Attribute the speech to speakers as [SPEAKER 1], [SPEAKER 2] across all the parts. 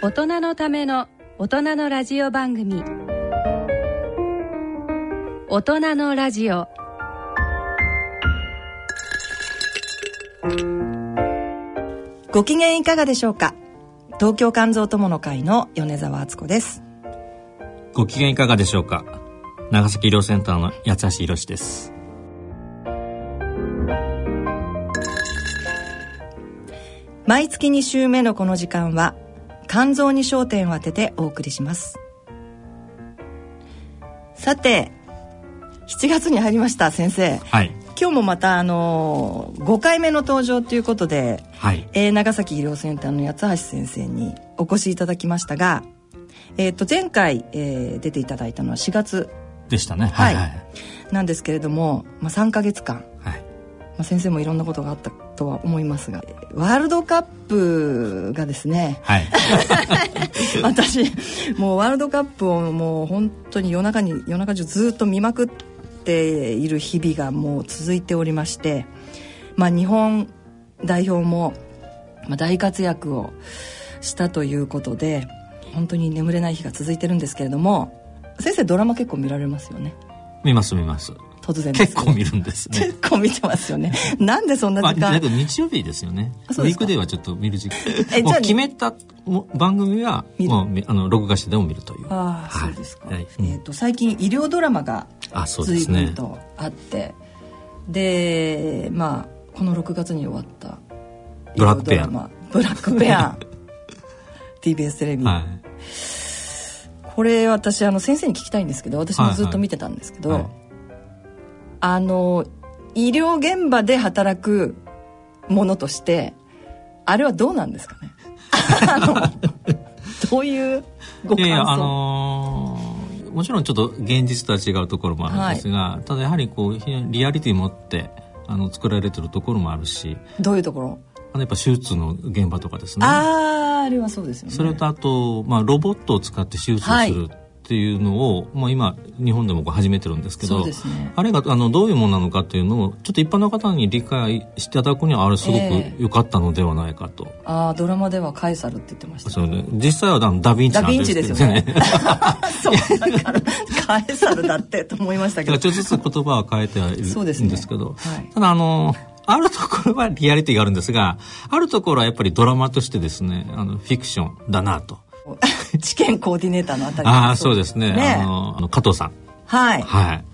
[SPEAKER 1] 大人のための大人のラジオ番組大人のラジオ
[SPEAKER 2] ご機嫌いかがでしょうか東京肝臓友の会の米澤敦子です
[SPEAKER 3] ご機嫌いかがでしょうか長崎医療センターの八橋宏です。
[SPEAKER 2] 毎月2週目のこの時間は肝臓に焦点を当ててお送りしますさて7月に入りました先生
[SPEAKER 3] はい。
[SPEAKER 2] 今日もまたあのー5回目の登場ということで、
[SPEAKER 3] はい。
[SPEAKER 2] えー長崎医療センターの八橋先生にお越しいただきましたが、えー、と前回、えー出ていただいたのは4月
[SPEAKER 3] でしたね。はい。
[SPEAKER 2] は
[SPEAKER 3] はいい。
[SPEAKER 2] なんですけれども、まあ、3ヶ月間
[SPEAKER 3] はい。
[SPEAKER 2] まあ、先生もいろんなことがあったとは思いますがワールドカップがです ね
[SPEAKER 3] はい。
[SPEAKER 2] 私もうワールドカップをもう本当に夜中に夜中中ずっと見まくっている日々がもう続いておりまして、まあ、日本代表もまあ大活躍をしたということで本当に眠れない日が続いてるんですけれども先生ドラマ結構見られますよね
[SPEAKER 3] 見ます見 ます。
[SPEAKER 2] 突然です
[SPEAKER 3] 結
[SPEAKER 2] けど
[SPEAKER 3] 構見るんで すね。
[SPEAKER 2] 結構見てますよねなんでそんな
[SPEAKER 3] まあ、
[SPEAKER 2] 時間
[SPEAKER 3] だけど日曜日ですよね。ウ
[SPEAKER 2] あそうで
[SPEAKER 3] ィ
[SPEAKER 2] す
[SPEAKER 3] ー
[SPEAKER 2] か
[SPEAKER 3] クデーはちょっと見る時
[SPEAKER 2] え
[SPEAKER 3] 期。
[SPEAKER 2] じゃあ
[SPEAKER 3] もう決めたも番組は、
[SPEAKER 2] 見る
[SPEAKER 3] もうみあの、録画してでも見るという。
[SPEAKER 2] ああ、
[SPEAKER 3] は
[SPEAKER 2] そ
[SPEAKER 3] い
[SPEAKER 2] うですか、
[SPEAKER 3] はい
[SPEAKER 2] えっ、と最近医療ドラマが
[SPEAKER 3] あ、そうで
[SPEAKER 2] 随
[SPEAKER 3] すね
[SPEAKER 2] 分。とあってで,、まあこの6月に終わった
[SPEAKER 3] ブラックペア
[SPEAKER 2] 「ブラックペ ア」TBS テレビ、
[SPEAKER 3] は
[SPEAKER 2] これ私あの先生に聞きたいんですけど私もずっ
[SPEAKER 3] は
[SPEAKER 2] と
[SPEAKER 3] いはい
[SPEAKER 2] 見てたんですけ
[SPEAKER 3] い。
[SPEAKER 2] ど、
[SPEAKER 3] はい
[SPEAKER 2] あの医療現場で働くものとしてあれはどうなんですか ねあのどういうご感想
[SPEAKER 3] いやいや、あのーもちろんちょっと現実とは違うところもあるんですが、ただやはりこう、非リアリティ持って、あの、作られてるところもあるし、
[SPEAKER 2] どういうところ
[SPEAKER 3] あのやっぱ手術の現場とかですね
[SPEAKER 2] あああれはそうですよね
[SPEAKER 3] それとあと、まあ、ロボットを使って手術を
[SPEAKER 2] はい
[SPEAKER 3] するっていうのを、もう今日本でもこう始めてるんですけ
[SPEAKER 2] そ
[SPEAKER 3] ど
[SPEAKER 2] うですね
[SPEAKER 3] あれがあのどういうものなのかっていうのをちょっと一般の方に理解していただくにはあれすご
[SPEAKER 2] え
[SPEAKER 3] く良かったのではないかと、
[SPEAKER 2] ああドラマではカエサルって言ってました
[SPEAKER 3] そうね実際はあのダ・ヴィンチな
[SPEAKER 2] ダ・
[SPEAKER 3] ん
[SPEAKER 2] ヴィンチで
[SPEAKER 3] ですす
[SPEAKER 2] よ
[SPEAKER 3] けど
[SPEAKER 2] ね
[SPEAKER 3] ね だ
[SPEAKER 2] そうだからカエサルだってと思いましたけ
[SPEAKER 3] から
[SPEAKER 2] ど
[SPEAKER 3] ちょっとずつ言葉は変えてはいる
[SPEAKER 2] そうですね
[SPEAKER 3] んですけど
[SPEAKER 2] はい
[SPEAKER 3] ただあのあるところはリアリティがあるんですがあるところはやっぱりドラマとしてですねあのフィクションだなと。
[SPEAKER 2] 知見コーディネーターのあたり
[SPEAKER 3] ああ、そうですね。
[SPEAKER 2] ね
[SPEAKER 3] あの、あの加藤さん。
[SPEAKER 2] はい
[SPEAKER 3] はい。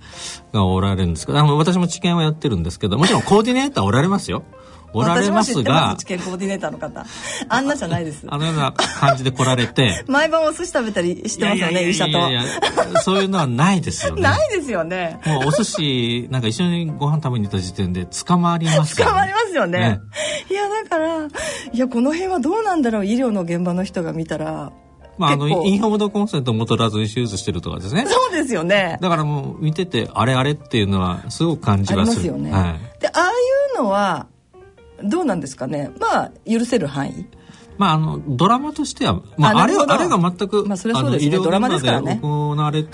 [SPEAKER 3] がおられるんですけど、あの、私も知見をやってるんですけど、もちろんコーディネーターおられますよ。おられます
[SPEAKER 2] 私も知ってま
[SPEAKER 3] が
[SPEAKER 2] す、知見コーディネーターの方あんなじゃない です、
[SPEAKER 3] あのような感じで来られて
[SPEAKER 2] 毎晩お寿司食べたりしてますよね医者と
[SPEAKER 3] と。そういうのはないですよ ね。
[SPEAKER 2] ないですよね
[SPEAKER 3] もうお寿司、なんか一緒にご飯食べに行った時点で捕まりますから
[SPEAKER 2] 捕
[SPEAKER 3] ね
[SPEAKER 2] まりますよね
[SPEAKER 3] ね
[SPEAKER 2] いやだからいやこの辺はどうなんだろう医療の現場の人が見たら
[SPEAKER 3] まあ、あの、
[SPEAKER 2] 結構
[SPEAKER 3] インフォムドコンセントも取らずに手術してるとかですね。
[SPEAKER 2] そうですよね
[SPEAKER 3] だからもう見てて、あれあれっていうのはすごく感じ
[SPEAKER 2] あり
[SPEAKER 3] は
[SPEAKER 2] ます
[SPEAKER 3] る。
[SPEAKER 2] すよね、
[SPEAKER 3] はい。
[SPEAKER 2] でああいうのはどうなんですかねまあ許せる範囲
[SPEAKER 3] まあ、あのドラマとしては、まあ、
[SPEAKER 2] あ
[SPEAKER 3] あ
[SPEAKER 2] なる
[SPEAKER 3] れ
[SPEAKER 2] ほど
[SPEAKER 3] あれが全く、
[SPEAKER 2] まあそれはそうですね
[SPEAKER 3] の医療
[SPEAKER 2] ドラマですから
[SPEAKER 3] 現場
[SPEAKER 2] ね、
[SPEAKER 3] で行われて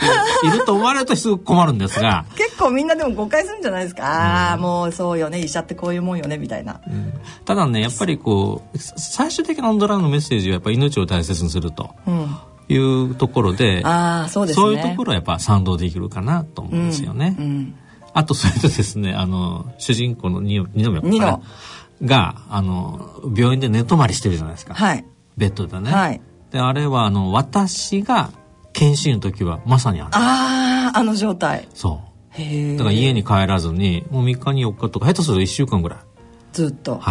[SPEAKER 3] いると思われるとすごく困るんですが
[SPEAKER 2] 結構みんなでも誤解するんじゃないですか、ああもうそうよね医者ってこういうもんよねみたいな
[SPEAKER 3] うんただねやっぱりこうさ最終的なドラマのメッセージはやっぱり命を大切にすると
[SPEAKER 2] うん
[SPEAKER 3] いうところで
[SPEAKER 2] ああそうですね
[SPEAKER 3] いうところはやっぱ賛同できるかなと思うんですよね。
[SPEAKER 2] うん
[SPEAKER 3] あとそれとですねあの主人公の二二宮君かながあの病院で寝泊まりしてるじゃないですか、
[SPEAKER 2] はい
[SPEAKER 3] ベッドでね。
[SPEAKER 2] はい
[SPEAKER 3] であれはあの私が研修医の時はまさにあった
[SPEAKER 2] あああの状態
[SPEAKER 3] そ
[SPEAKER 2] へ
[SPEAKER 3] う。
[SPEAKER 2] え
[SPEAKER 3] だから家に帰らずに、もう3日に4日とか、下手すると1週間ぐらい。
[SPEAKER 2] ずっと、
[SPEAKER 3] はい。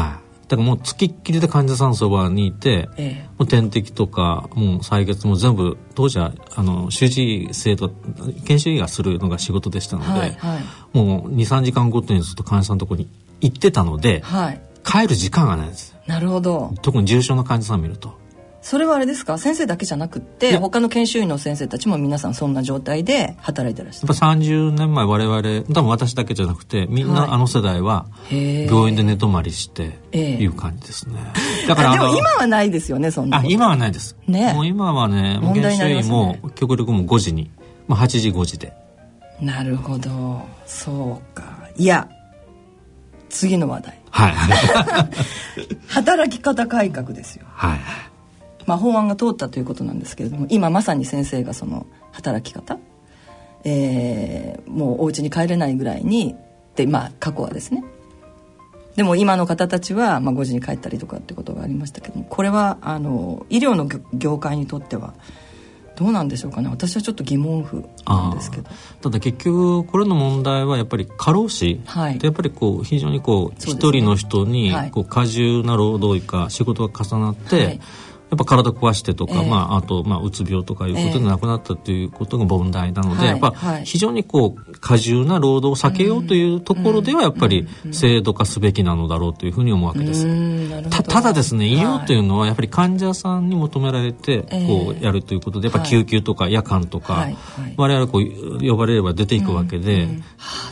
[SPEAKER 3] だからもうつきっきりで患者さんのそばにいて、
[SPEAKER 2] ええ
[SPEAKER 3] もう点滴とか、もう採血も全部、当時は、あの、主治医制度、研修医がするのが仕事でしたので、
[SPEAKER 2] はいはい
[SPEAKER 3] もう2、3時間ごとにずっと患者さんのところに行ってたので、
[SPEAKER 2] はい
[SPEAKER 3] 帰る時間がないんです。
[SPEAKER 2] なるほど
[SPEAKER 3] 特に重症の患者さんを見ると。
[SPEAKER 2] それはあれですか先生だけじゃなくっ
[SPEAKER 3] い
[SPEAKER 2] て
[SPEAKER 3] や
[SPEAKER 2] 他の研修医の先生たちも皆さんそんな状態で働いてらっし
[SPEAKER 3] や
[SPEAKER 2] ゃ
[SPEAKER 3] っぱ30年前我々、多分私だけじゃなくて、みん
[SPEAKER 2] はい
[SPEAKER 3] なあの世代は、
[SPEAKER 2] るへえ
[SPEAKER 3] 病院で寝泊まりして、
[SPEAKER 2] ええ
[SPEAKER 3] いう感じですね。だから
[SPEAKER 2] あ
[SPEAKER 3] あ
[SPEAKER 2] で
[SPEAKER 3] の
[SPEAKER 2] も今はないですよねそんな
[SPEAKER 3] あ、今はないです。
[SPEAKER 2] ね
[SPEAKER 3] もう今はね、もう
[SPEAKER 2] 問題
[SPEAKER 3] 研
[SPEAKER 2] になり
[SPEAKER 3] 修
[SPEAKER 2] ま
[SPEAKER 3] 医
[SPEAKER 2] すね
[SPEAKER 3] も、極力もう5時に、まあ8時5時で。
[SPEAKER 2] なるほどそうかいや次 の話題
[SPEAKER 3] はい。はい。
[SPEAKER 2] 働き方改革ですよ
[SPEAKER 3] はい。
[SPEAKER 2] まあ、法案が通ったということなんですけれども今まさに先生がその働き方、えー、もうお家に帰れないぐらいにで、まあ、過去はですねでも今の方たちは、まあ、5時に帰ったりとかってことがありましたけどもこれはあの医療の業界にとってはどうなんでしょうかね私はちょっと疑問符なんですけど
[SPEAKER 3] ただ結局これの問題はやっぱり過労死、はい、やっぱりこう非常にこう一、ね、人の人にこう過重な労働か仕事が重なって、はい、やっぱ体壊してとか、えー、まあ、あと、まあ、うつ病とかいうことで亡くなったということが問題なので、えー、やっぱ非常にこう過重な労働を避けようというところではやっぱり制度化すべきなのだろうというふうに思うわけです。た,ただですね医療というのはやっぱり患者さんに求められてこうやるということで、やっぱ救急とか夜間とか、我々こう呼ばれれば出ていくわけで、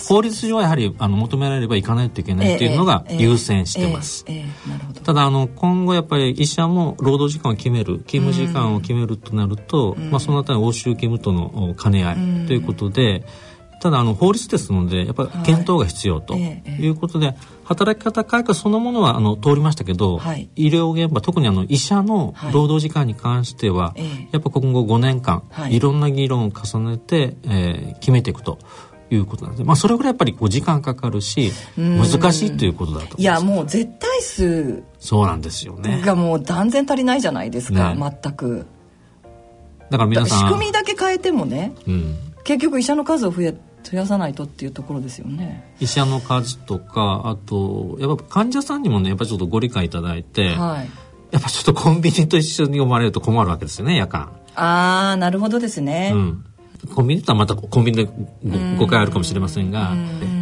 [SPEAKER 3] 法律上はやはりあの求められれば行かないといけないというのが優先してます。ただあの今後やっぱり医者も労働時間を決める勤務時間を決めるとなると、まあ、そのあたり欧州勤務との兼ね合いということで。ただあの法律ですのでやっぱり検討が必要ということで、はいええ、働き方改革そのものはあの通りましたけど、はい、医療現場特にあの医者の労働時間に関しては、はい、やっぱ今後5年間、い、ろんな議論を重ねて、えー、決めていくと。いうことなんでまあ、それぐらいやっぱりこう時間かかるし難しいということだと
[SPEAKER 2] いやもう絶対数
[SPEAKER 3] そうなんですよね
[SPEAKER 2] がもう断然足りないじゃないですか、ね、全く
[SPEAKER 3] だから皆さ
[SPEAKER 2] ん仕組みだけ変えてもね、うん、結局医者の数を増や増やさないとっていうところですよね
[SPEAKER 3] 医者の数とかあとやっぱ患者さんにもねやっぱちょっとご理解いただいて、はい、やっぱちょっとコンビニと一緒に思われると困るわけですよね夜間
[SPEAKER 2] ああなるほどですね、うん、
[SPEAKER 3] コンビニとはまたコンビニで誤解あるかもしれませんが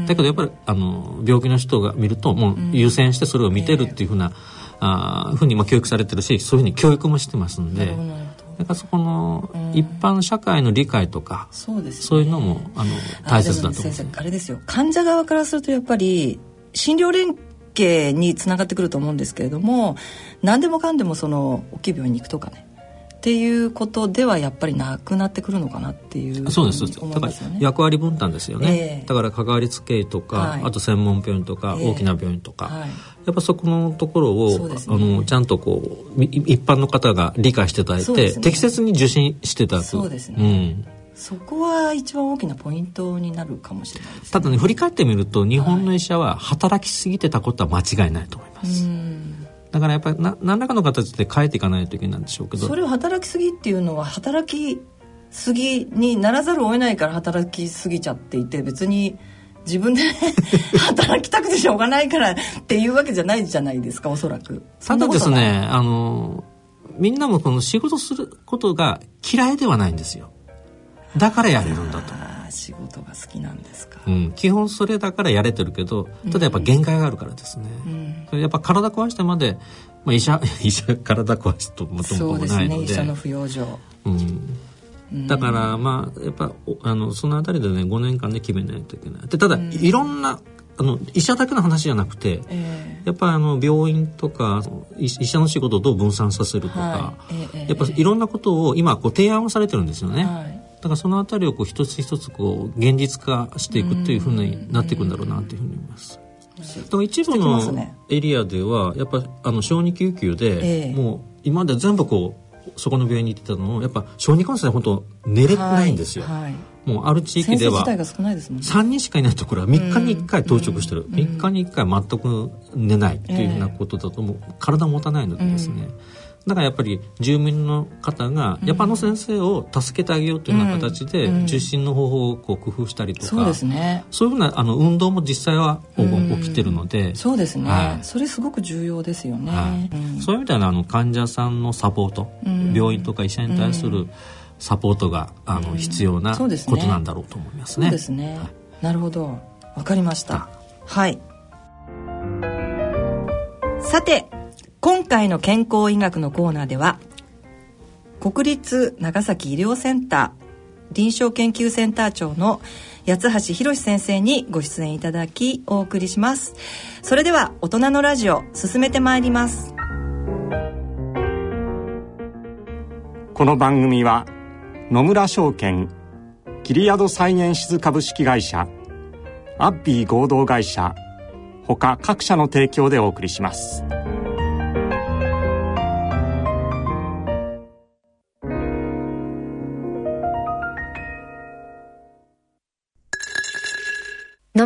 [SPEAKER 3] だけどやっぱりあの病気の人が見るともう優先してそれを見てるっていうふうな、あふうにまあ教育されてるしそういうふうに教育もしてますんで。だからそこの一般社会の理解とか、うん、そうです、ね、そういうのもあの大切だと思います、
[SPEAKER 2] ね、あれですよ患者側からするとやっぱり診療連携につながってくると思うんですけれども何でもかんでもその大きい病院に行くとかねっていうことではやっぱりなくなってくるのかなっていう、ね、
[SPEAKER 3] そうですだから役割分担ですよね、えー、だから関わりつけ医とか、はい、あと専門病院とか、えー、大きな病院とか、はい、やっぱそこのところを、ね、あのちゃんとこう一般の方が理解していただいて、ね、適切に受診していただく
[SPEAKER 2] そうですね、うんそこは一番大きなポイントになるかもしれない、ね、
[SPEAKER 3] ただね振り返ってみると日本の医者は働きすぎてたことは間違いないと思います、はいだからやっぱりな何らかの形で変えていかないといけないんでしょうけど
[SPEAKER 2] それを働きすぎっていうのは働きすぎにならざるを得ないから働きすぎちゃっていて別に自分で 働きたくてしょうがないからっていうわけじゃないじゃないですかおそらく
[SPEAKER 3] ただですねあのみんなもこの仕事することが嫌いではないんですよだからやれるんだと
[SPEAKER 2] 仕事が好きなんですか、
[SPEAKER 3] うん、基本それだからやれてるけどただやっぱ限界があるからですね、うん、やっぱ体壊してまで、まあ、医者 医者体壊してもともともないので
[SPEAKER 2] そうですね医者の不養生、うん
[SPEAKER 3] だからまあやっぱあのその辺りでね5年間で決めないといけないでただ、うん、いろんなあの医者だけの話じゃなくて、えー、やっぱりあの病院とか医者の仕事をどう分散させるとか、はいえー、やっぱいろんなことを今こう提案をされてるんですよね、はいだからその辺りをこう一つ一つこう現実化していくというふうになっていくんだろうなというふうに思います。うん、一部のエリアではやっぱあの小児救急でもう今まで全部こうそこの病院に行ってたのをやっぱ小児感染は本当寝れてないんですよ。はいはい、もうある地域では3人しかいないところは3日に1回当直してる、うん、3日に1回全く寝ないというふうなことだともう体持たないのでですね、うんだからやっぱり住民の方がやっぱあの先生を助けてあげようというような形で受診の方法をこう工夫したりとか、
[SPEAKER 2] そうですね、
[SPEAKER 3] そういうふうなあの運動も実際は起きてるので、
[SPEAKER 2] そうですね、はい、それすごく重要ですよね、はい
[SPEAKER 3] うん、そういう意味ではあの患者さんのサポート、うん、病院とか医者に対するサポートが、あの必要なことなんだろうと思いますね。
[SPEAKER 2] そうですね、はい、なるほどわかりましたはいさて今回の健康医学のコーナーでは国立長崎医療センター臨床研究センター長の八橋博先生にご出演いただきお送りしますそれでは大人のラジオ進めてまいります
[SPEAKER 4] この番組は野村証券キリヤドサイエンシズ株式会社アッビー合同会社他各社の提供でお送りします。
[SPEAKER 5] 野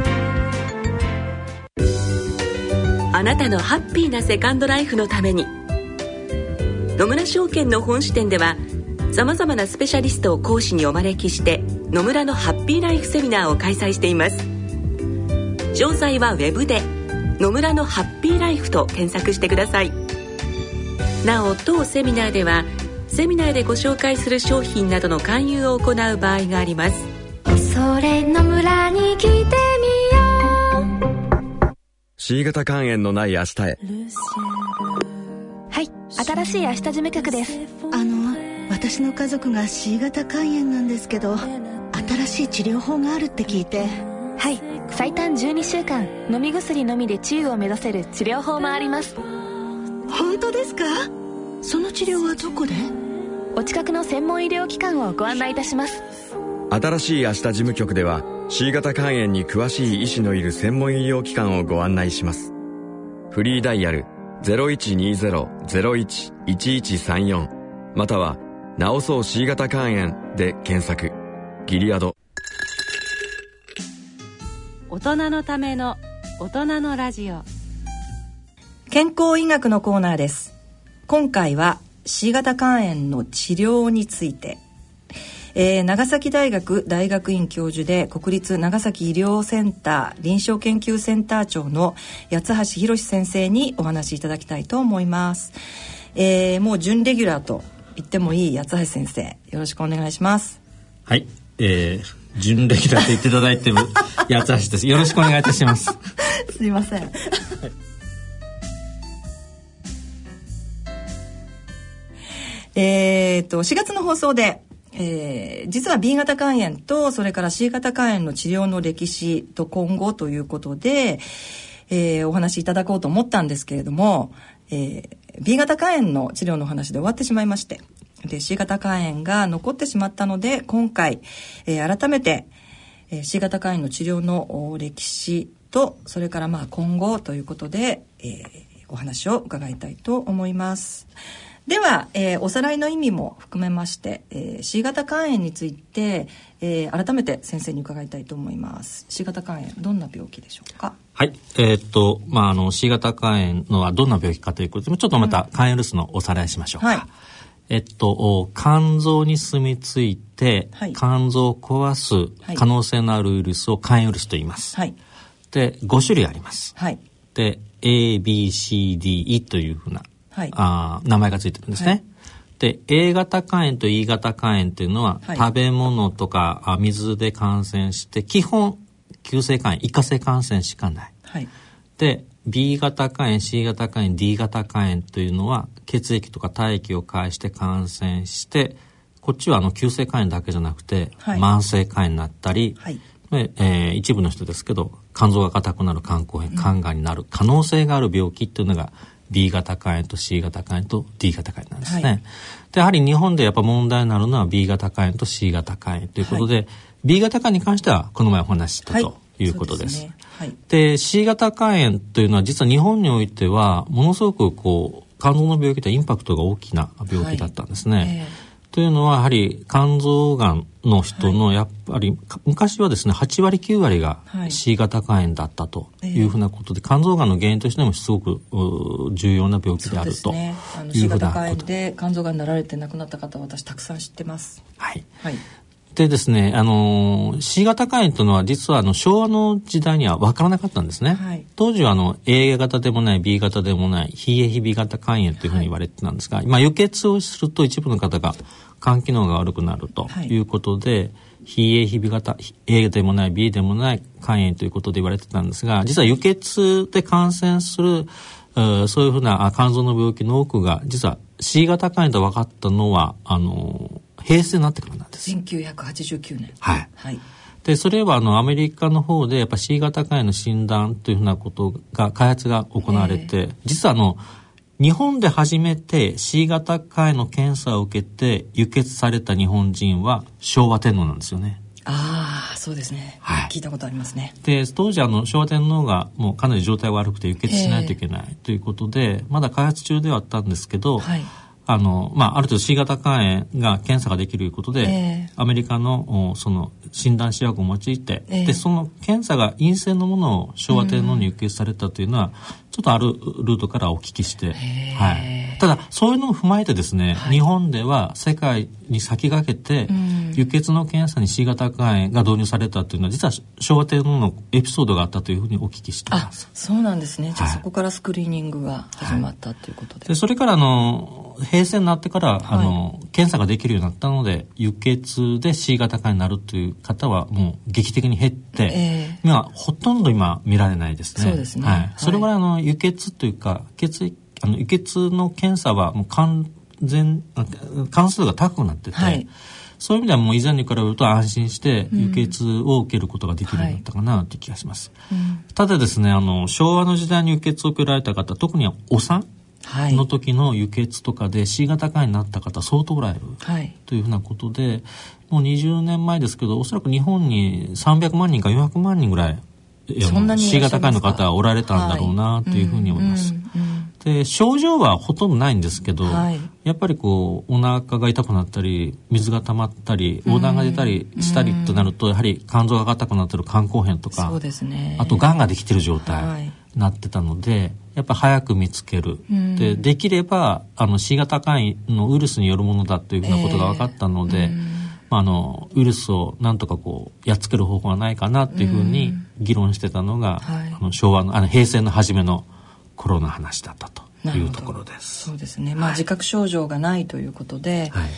[SPEAKER 6] あなたのハッピーなセカンドライフのために野村証券の本支店ではさまざまなスペシャリストを講師にお招きして野村のハッピーライフセミナーを開催しています詳細はウェブで「野村のハッピーライフ」と検索してくださいなお当セミナーではセミナーでご紹介する商品などの勧誘を行う場合があります
[SPEAKER 5] それ野村に来てみよ
[SPEAKER 7] う C 型肝炎のない明日へ
[SPEAKER 5] はい新しい明日事務局です
[SPEAKER 8] あの私の家族が C 型肝炎なんですけど新しい治療法があるって聞いて
[SPEAKER 5] はい最短12週間飲み薬のみで治癒を目指せる治療法もあります
[SPEAKER 8] 本当ですかその治療はどこで
[SPEAKER 5] お近くの専門医療機関をご案内いたします
[SPEAKER 7] 新しい明日事務局では C 型肝炎に詳しい医師のいる専門医療機関をご案内しますフリーダイヤル0120-01-1134または「治そう C 型肝炎」で検索ギリアド
[SPEAKER 1] 大人のための大人のラジオ
[SPEAKER 2] 健康医学のコーナーです今回は C 型肝炎の治療について、えー、長崎大学大学院教授で国立長崎医療センター臨床研究センター長の八橋宏先生にお話しいただきたいと思います、えー、もう準レギュラーと言ってもいい八橋先生よろしくお願いします
[SPEAKER 3] はいえー、純歴だと言っていただい てる八橋です。よろしくお願いいたします。
[SPEAKER 2] すいません。はい、えっと、4月の放送で、えー、実は B 型肝炎と、それから C 型肝炎の治療の歴史と今後ということで、えー、お話しいただこうと思ったんですけれども、えー、B 型肝炎の治療のお話で終わってしまいまして、で C 型肝炎が残ってしまったので今回、えー、改めて、えー、C 型肝炎の治療の歴史とそれからまあ今後ということで、えー、お話を伺いたいと思いますでは、えおさらいの意味も含めまして、え C 型肝炎について、え改めて先生に伺いたいと思います C 型肝炎どんな病気でしょうか
[SPEAKER 3] はい。えー、っと、まあ、あの、C 型肝炎のはどんな病気かということで、ちょっとまた肝炎ウイルスのおさらいしましょうか。うんはいえっと、肝臓に住み着いて、はい、肝臓を壊す可能性のあるウイルスを肝ウイルスと言います。はい、で、5種類あります。はい、で、A、B、C、D、E というふうな、はい、あ名前がついてるんですね。で、A 型肝炎と E 型肝炎というのは、食べ物とか水で感染して、基本、急性肝炎、一過性感染しかない。はい、で、B 型肝炎、C 型肝炎、D 型肝炎というのは血液とか体液を介して感染して、こっちはあの急性肝炎だけじゃなくて、はい、慢性肝炎になったり、はい、えー、一部の人ですけど、肝臓が硬くなる肝硬変、肝がんになる可能性がある病気っていうのが、B 型肝炎と C 型肝炎と D 型肝炎なんですね。はい、で、やはり日本でやっぱ問題になるのは B 型肝炎と C 型肝炎ということで、はい、B 型肝炎に関してはこの前お話ししたということです。はい、で C 型肝炎というのは実は日本においてはものすごくこう肝臓の病気でインパクトが大きな病気だったんですね。はいえー、というのはやはり肝臓がんの人のやっぱり、はい、昔はですね8割9割が C 型肝炎だったというふうなことで、肝臓がんの原因としてもすごく重要な病気であるというふうなこと。
[SPEAKER 2] ね、あので肝臓がんになられて亡くなった方私たくさん知ってます。
[SPEAKER 3] はい、はいでですね、あの、C 型肝炎というのは実はあの昭和の時代には分からなかったんですね。はい、当時はあの A 型でもない B 型でもない、非 A 非 B 型肝炎というふうに言われてたんですが、はい、まあ輸血をすると一部の方が肝機能が悪くなるということで、はい、非 A 非 B 型、A でもない B でもない肝炎ということで言われてたんですが、実は輸血で感染する、そういうふうな肝臓の病気の多くが、実は C 型肝炎と分かったのは、あの、平成になってからなんです。
[SPEAKER 2] 1989年。
[SPEAKER 3] はい。はい、で、それはあのアメリカの方でやっぱ C 型肝炎の診断というふうなことが、開発が行われて、実はあの、日本で初めて C 型肝炎の検査を受けて輸血された日本人は昭和天皇なんですよね。
[SPEAKER 2] ああそうですね、はい、聞いたことありますね
[SPEAKER 3] で当時あの昭和天皇がもうかなり状態悪くて輸血しないといけないということでまだ開発中ではあったんですけど、はい、あのまあ、ある程度 C 型肝炎が検査ができるということで、アメリカのその診断試薬を用いて、でその検査が陰性のものを昭和天皇に輸血されたというのは、ちょっとあるルートからお聞きして、はい、ただそういうのを踏まえてですね、はい、日本では世界に先駆けて、輸血の検査に C 型肝炎が導入されたというのは実は昭和天皇のエピソードがあったというふうにお聞きしています
[SPEAKER 2] そうなんですねじゃあ、そこからスクリーニングが始まったということで,、
[SPEAKER 3] でそれからあの平成になってから、あの、はい、検査ができるようになったので、輸血で C 型化になるという方はもう劇的に減って、えー、今、ほとんど今見られないですね。
[SPEAKER 2] そうですね。はい。はい、
[SPEAKER 3] それぐらいの輸血というか、血液、あの、輸血の検査はもう完全、関数が高くなってて、はい、そういう意味ではもう以前に比べると安心して輸血を受けることができるようになったかなという気がします。うん、ただですね、あの、昭和の時代に輸血を受けられた方、特にお産はい、の時の輸血とかで C 型肝炎になった方相当おられる、はい、というふうなことでもう20年前ですけどおそらく日本に300万人か400万人ぐらいいそんなに C 型肝炎の方はおられたんだろうなというふうに思います。で症状はほとんどないんですけど、はい、やっぱりこうお腹が痛くなったり水が溜まったり横断が出たりしたりとなるとやはり肝臓が硬くなってる肝硬変とか
[SPEAKER 2] そうです、ね、
[SPEAKER 3] あとがんができてる状態になってたので、はいやっぱ早く見つける、うん、でできればあの C 型肝炎のウイルスによるものだというふうなことが分かったので、えーうん、まあ、あのウイルスをなんとかこうやっつける方法はないかなというふうに議論してたのが、うんはい、あの昭和のあの平成の初めの頃の話だったというところです。
[SPEAKER 2] そうですね、まあ、自覚症状がないということで、はい、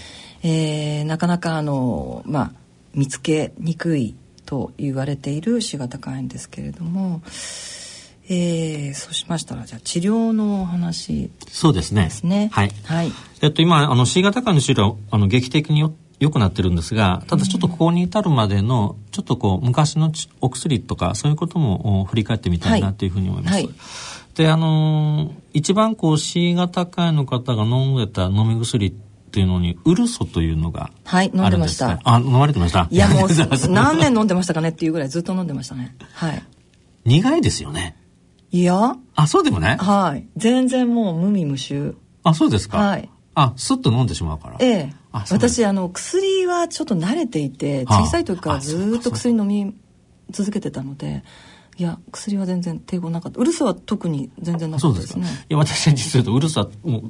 [SPEAKER 2] えー、なかなかあの、まあ、見つけにくいと言われている C 型肝炎ですけれども。えー、そうしましたらじゃあ治療のお話、ね、
[SPEAKER 3] そうですねはい、はい、えっと今あの C 型肝の治療あの劇的によ良くなってるんですがただちょっとここに至るまでの、うん、ちょっとこう昔のお薬とかそういうことも振り返ってみたいなというふうに思います、はいはい、であのー、一番こう C 型肝の方が飲んでた飲み薬ってっていうのにウルソというのが
[SPEAKER 2] はい飲んでました
[SPEAKER 3] あ飲まれてました
[SPEAKER 2] いや もう何年飲んでましたかねっていうぐらいずっと飲んでましたねはい
[SPEAKER 3] 苦いですよね
[SPEAKER 2] いや。
[SPEAKER 3] あ、そうでもね。
[SPEAKER 2] はい。全然もう無味無臭。
[SPEAKER 3] あ、そうですか。
[SPEAKER 2] はい。
[SPEAKER 3] あ、スッと飲んでしまうから。
[SPEAKER 2] ええ。あ私、あの、薬はちょっと慣れていて、小さい時からずっと薬飲み続けてたので、いや、薬は全然抵抗なかった。ウルスは特に全然なかったですね。そうです
[SPEAKER 3] いや、私は実はウルスはもう、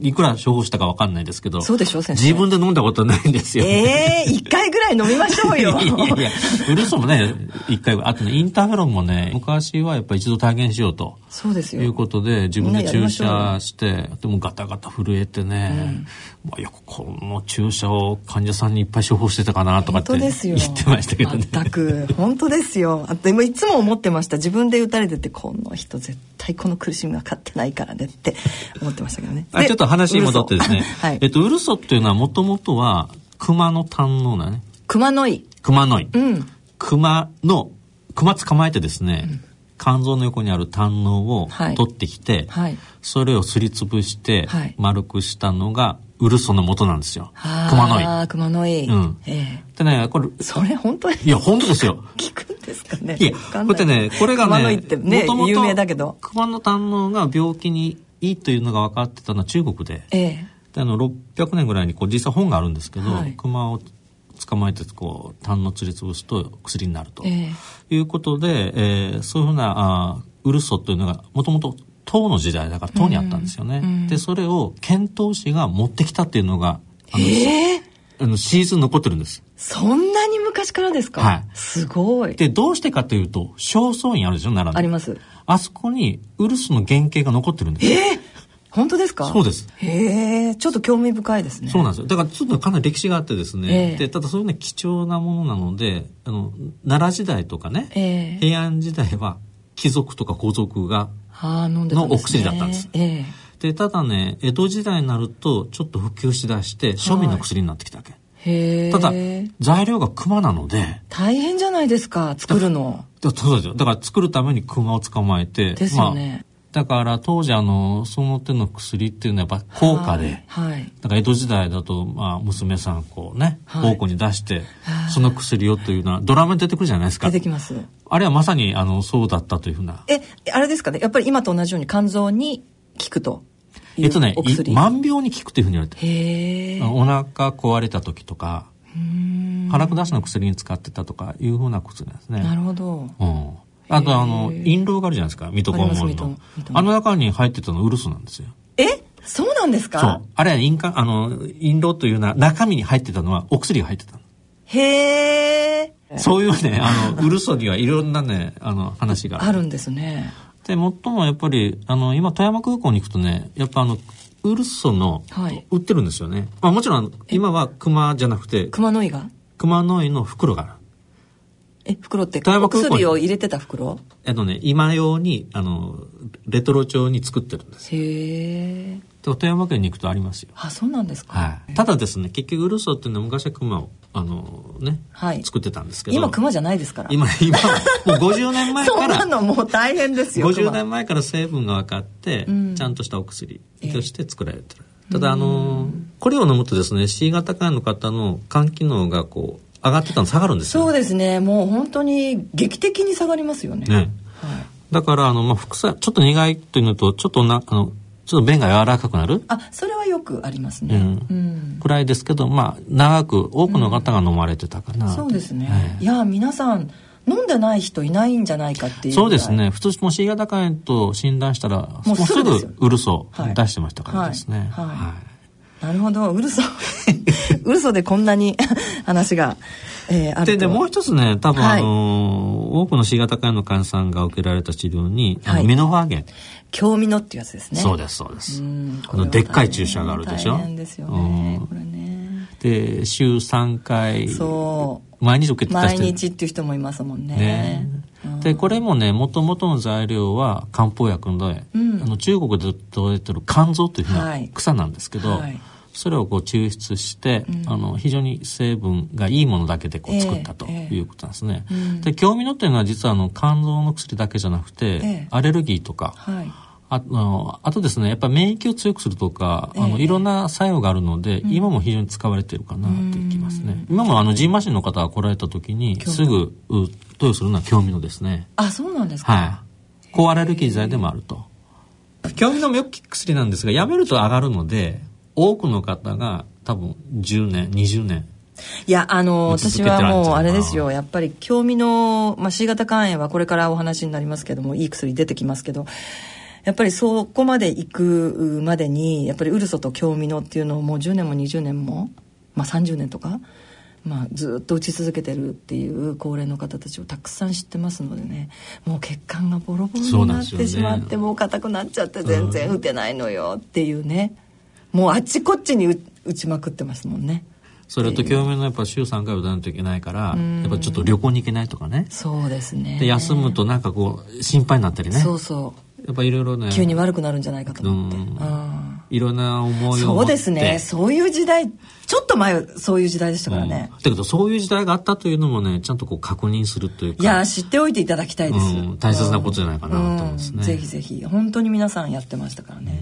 [SPEAKER 3] いくら処方したかわかんないですけど。
[SPEAKER 2] そうでしょ、先
[SPEAKER 3] 生。自分で飲んだことないんですよ、
[SPEAKER 2] ね。ええー、一回ぐらい飲みましょうよ。
[SPEAKER 3] いやいや、ウルスもね、一回、あとね、インターフェロンもね、昔はやっぱり一度体験しようと。
[SPEAKER 2] そうですよ。
[SPEAKER 3] いうことで、自分で注射して、でもガタガタ震えてね、うん、まあよくこの注射を患者さんにいっぱい処方してたかなとかって言ってましたけどね。
[SPEAKER 2] 全く、本当ですよ。あでもいつも思ってました。自分で打たれてて、この人絶対この苦しみは勝ってないからねって思ってましたけどね。
[SPEAKER 3] あちょっと話に戻ってですね。はい、えっと、ウルソっていうのはもともとは熊の胆のだね。
[SPEAKER 2] 熊の井。
[SPEAKER 3] 熊の井。
[SPEAKER 2] うん。
[SPEAKER 3] 熊の、熊捕まえてですね、うん肝臓の横にある胆のを取ってきて、はい、それをすりつぶして丸くしたのがウルソの元なんですよ。熊野井。
[SPEAKER 2] ああ、熊野井。うん。
[SPEAKER 3] ええ。でね、これ。
[SPEAKER 2] それ本当に
[SPEAKER 3] いや、本当ですよ。
[SPEAKER 2] 聞くんですかね。
[SPEAKER 3] いや、これってね、これがね、
[SPEAKER 2] 熊野井ってね、有名だけど。
[SPEAKER 3] 熊の胆のが病気にいいというのが分かってたのは中国で。
[SPEAKER 2] ええ。
[SPEAKER 3] で、あの、600年ぐらいにこう実際本があるんですけど、熊を捕まえてこう痰のつり潰すと薬になると、えー、いうことで、えー、そういうふうなあウルソというのがもともと唐の時代だから唐にあったんですよね、うん、でそれを遣唐使が持ってきたっていうのがあの,
[SPEAKER 2] え
[SPEAKER 3] ー、あのシーズン残ってるんです
[SPEAKER 2] そんなに昔からですか
[SPEAKER 3] はい
[SPEAKER 2] すごい
[SPEAKER 3] でどうしてかというと正倉院あるでしょ奈良
[SPEAKER 2] あります
[SPEAKER 3] あそこにウルソの原型が残ってるんです
[SPEAKER 2] えー本当ですか
[SPEAKER 3] そうです。
[SPEAKER 2] へえ、ちょっと興味深いですね。
[SPEAKER 3] そうなんですよ。だからちょっとかなり歴史があってですね。で、ただそういうのは貴重なものなので、あの、奈良時代とかね、平安時代は貴族とか皇族が、のお薬だったんです。で、ただね、江戸時代になるとちょっと普及しだして、庶民の薬になってきたわけ。ただ材料が熊なので
[SPEAKER 2] 大変じゃないですか作るの
[SPEAKER 3] だから作るために熊を捕まえて
[SPEAKER 2] ですよね、
[SPEAKER 3] まあ、だから当時あのその手の薬っていうのはやっぱ高価で、
[SPEAKER 2] はい、はい、
[SPEAKER 3] だから江戸時代だとまあ娘さんこうね奉公、はい、に出してその薬をというのはドラマに出てくるじゃないですか
[SPEAKER 2] 出てきます
[SPEAKER 3] あれはまさにあのそうだったというふうな
[SPEAKER 2] えあれですかねやっぱり今と同じように肝臓に効くと
[SPEAKER 3] えっとね、万病に効くというふうに言われてお腹壊れた時とか腹下しの薬に使ってたとかいうふうな薬なんですね
[SPEAKER 2] なるほど、
[SPEAKER 3] うん、あとあの陰謀があるじゃないですかミトコンモンのあの中に入ってたのウルスなんですよ
[SPEAKER 2] えそうなんですか
[SPEAKER 3] そうあれは陰あの陰謀というな中身に入ってたのはお薬が入ってた
[SPEAKER 2] へえ
[SPEAKER 3] そういうねあ のウルソにはいろんなねあの話が
[SPEAKER 2] あるんですね
[SPEAKER 3] で、もっともやっぱり、あの、今、富山空港に行くとね、やっぱあの、ウルソの、売ってるんですよね。はい、まあもちろん、今は熊じゃなくて、
[SPEAKER 2] 熊の井が
[SPEAKER 3] 熊の井の袋がある。
[SPEAKER 2] え、袋って富山空港薬を入れてた袋
[SPEAKER 3] えっとね、今用に、あの、レトロ調に作ってるんです
[SPEAKER 2] へえ。
[SPEAKER 3] 富山県に行くとありますよ。
[SPEAKER 2] あ、そうなんですか。
[SPEAKER 3] はい。ただですね、結局ウルソっていうのは昔は熊をあのね、はい、作ってたんですけど
[SPEAKER 2] 今熊じゃないですから
[SPEAKER 3] 今今もう50年前か ら
[SPEAKER 2] そんなのもう大変ですよ
[SPEAKER 3] 50年前から成分が分かって、うん、ちゃんとしたお薬として作られてる、ただあのこれを飲むとですね C 型肝の方の肝機能がこう上がってたの下がるんです
[SPEAKER 2] よそうですねもう本当に劇的に下がりますよね、
[SPEAKER 3] ね、はい、だからあの、まあ、副作ちょっと苦いというのとちょっとなあのちょっと便が柔らかくなる
[SPEAKER 2] あそれはよくありますね、、
[SPEAKER 3] うん、くらいですけどまあ長く多くの方が飲まれてたかな、うん
[SPEAKER 2] そうですね、はい、いや皆さん飲んでない人いないんじゃないかっていう
[SPEAKER 3] そうですね普通もう C 型肝炎と診断したらもうすぐウルソ出してましたからですねはい、はいはい
[SPEAKER 2] なるほど、ウル ソ。ウルソでこんなに 話が、えー、ある
[SPEAKER 3] で、で、もう一つね、多分、はい、あの、多くの C 型肝炎の患者さんが受けられた治療に、はい、あのミノファーゲン。
[SPEAKER 2] 強ミノってやつですね。
[SPEAKER 3] そうです、そうです。あのでっかい注射があるでしょ。大
[SPEAKER 2] 変ですよね、これね。
[SPEAKER 3] で、週3回。。
[SPEAKER 2] そう
[SPEAKER 3] 毎日受けてた
[SPEAKER 2] 人。毎日っていう人もいますもんね。ね
[SPEAKER 3] でこれもねもともとの材料は漢方薬で、うん、あの中国で取れてる肝臓というふうな草なんですけど、はいはいそれをこう抽出して、うん、あの非常に成分がいいものだけでこう作ったということなんですね。えーえー、で興味のっていうのは実はあの肝臓の薬だけじゃなくて、えー、アレルギーとか、はい、あのあとですねやっぱり免疫を強くするとか、あのいろんな作用があるので、今も非常に使われてるかなという気ますね。今もあのジンマシンの方が来られた時にすぐ投与するのは興味のですね。。
[SPEAKER 2] あそうなんですか。はい
[SPEAKER 3] 抗アレルギー剤でもあると。興味のもよく効く薬なんですがやめると上がるので。多くの方が多分10年20年
[SPEAKER 2] いやあの私はもうあれですよやっぱり興味の、まあ、C 型肝炎はこれからお話になりますけどもいい薬出てきますけどやっぱりそこまで行くまでにやっぱりウルソと興味のっていうのをもう10年も20年も、まあ、30年とか、まあ、ずっと打ち続けてるっていう高齢の方たちをたくさん知ってますのでねもう血管がボロボロになってしまって、ね、もう硬くなっちゃって全然打てないのよっていうね。うんもうあっちこっちに打ちまくってますもんね
[SPEAKER 3] それと興味のやっぱ週3回打たないといけないから、やっぱちょっと旅行に行けないとかね
[SPEAKER 2] そうですね
[SPEAKER 3] で休むとなんかこう心配になったりね
[SPEAKER 2] そうそう
[SPEAKER 3] やっぱいろいろね
[SPEAKER 2] 急に悪くなるんじゃないかと思って
[SPEAKER 3] いろんな思いを
[SPEAKER 2] そうですねそういう時代ちょっと前そういう時代でしたからね、
[SPEAKER 3] うん、だけどそういう時代があったというのもねちゃんとこう確認するというか、
[SPEAKER 2] いや知っておいていただきたいです、うん
[SPEAKER 3] 大切なことじゃないかなと思うんですね、うん、
[SPEAKER 2] ぜひぜひ本当に皆さんやってましたからね、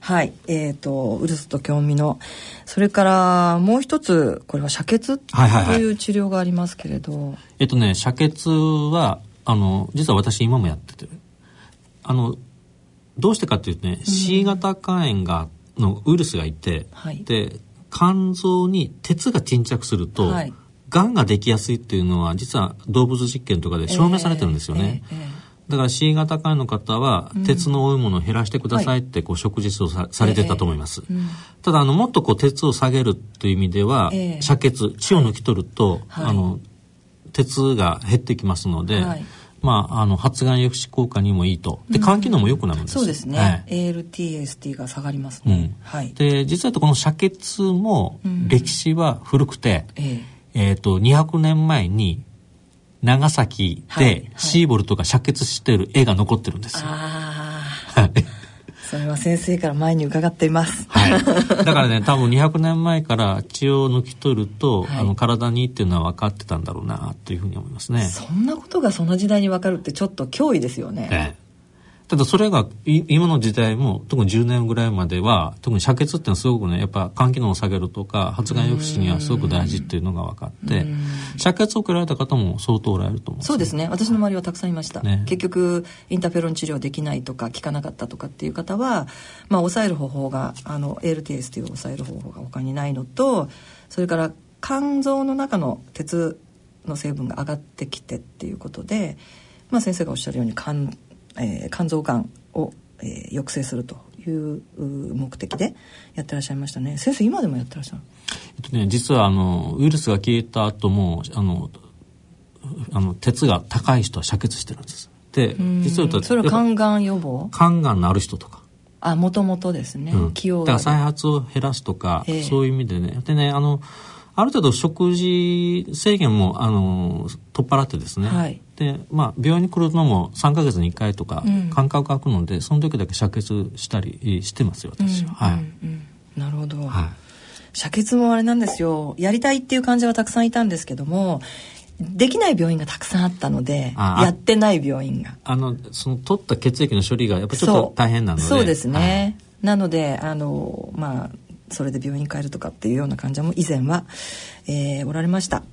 [SPEAKER 2] はい。えっ、ー、と、ウルスと興味の。それから、もう一つ、これは遮血という治療がありますけれど。
[SPEAKER 3] えっとね、遮血は、あの、実は私今もやってて。あの、どうしてかっていうとね、うん、C 型肝炎が、のウイルスがいて、はい、で、肝臓に鉄が沈着すると、はい、癌ができやすいっていうのは、実は動物実験とかで証明されてるんですよね。えーえーえーだから C 型肝炎の方は鉄の多いものを減らしてくださいってこう食事をさ,、れてたと思います、ただあのもっとこう鉄を下げるという意味では、遮血血を抜き取ると、あの鉄が減ってきますので、まあ、あの発がん抑止効果にもいいとで肝機能も良くなるんです、
[SPEAKER 2] そうですね、ALTST が下がりますね、
[SPEAKER 3] で実はこの遮血も歴史は古くて、えー、と200年前に長崎でシーボルトが灼血してる絵が残ってるんですよ。はいはい、
[SPEAKER 2] それは先生から前に伺っています、
[SPEAKER 3] はい、 だからね多分200年前から血を抜き取ると、はい、あの体にいいっていうのは分かってたんだろうなというふうに思いますね
[SPEAKER 2] そんなことがその時代に分かるってちょっと脅威ですよね、
[SPEAKER 3] ええただそれが今の時代も特に10年ぐらいまでは特に遮血っていうのはすごくねやっぱ肝機能を下げるとか発がん抑止にはすごく大事っていうのが分かって遮血を受けられた方も相当おられると思うん
[SPEAKER 2] です、ね、そうですね私の周りはたくさんいました、ね、結局インターフェロン治療できないとか効かなかったとかっていう方は、まあ、抑える方法があの ALTS という抑える方法が他にないのとそれから肝臓の中の鉄の成分が上がってきてっていうことで、まあ、先生がおっしゃるように肝えー、肝臓がんを、えー、抑制するという目的でやってらっしゃいましたね先生今でもやってらっしゃる
[SPEAKER 3] えっとね実はあのウイルスが消えた後もあのあの鉄が高い人は遮血してるんですで
[SPEAKER 2] 実はそれは肝がん予防
[SPEAKER 3] 肝がんのある人とか
[SPEAKER 2] あもともとですね、
[SPEAKER 3] うん、起用だから再発を減らすとか、えー、そういう意味でねでねあのある程度食事制限もあの取っ払ってですね、はい、でまあ、病院に来るのも3か月に1回とか間隔空くので、うん、その時だけ遮血したりしてますよ私は、うん、はい、
[SPEAKER 2] うんうん、なるほど、はい、遮血もあれなんですよやりたいっていう患者はたくさんいたんですけどもできない病院がたくさんあったのでやってない病院が
[SPEAKER 3] あのその取った血液の処理がやっぱちょっと大変なので
[SPEAKER 2] そうですね、はい、なのであのまあそれで病院に帰るとかっていうような患者も以前は、えー、おられました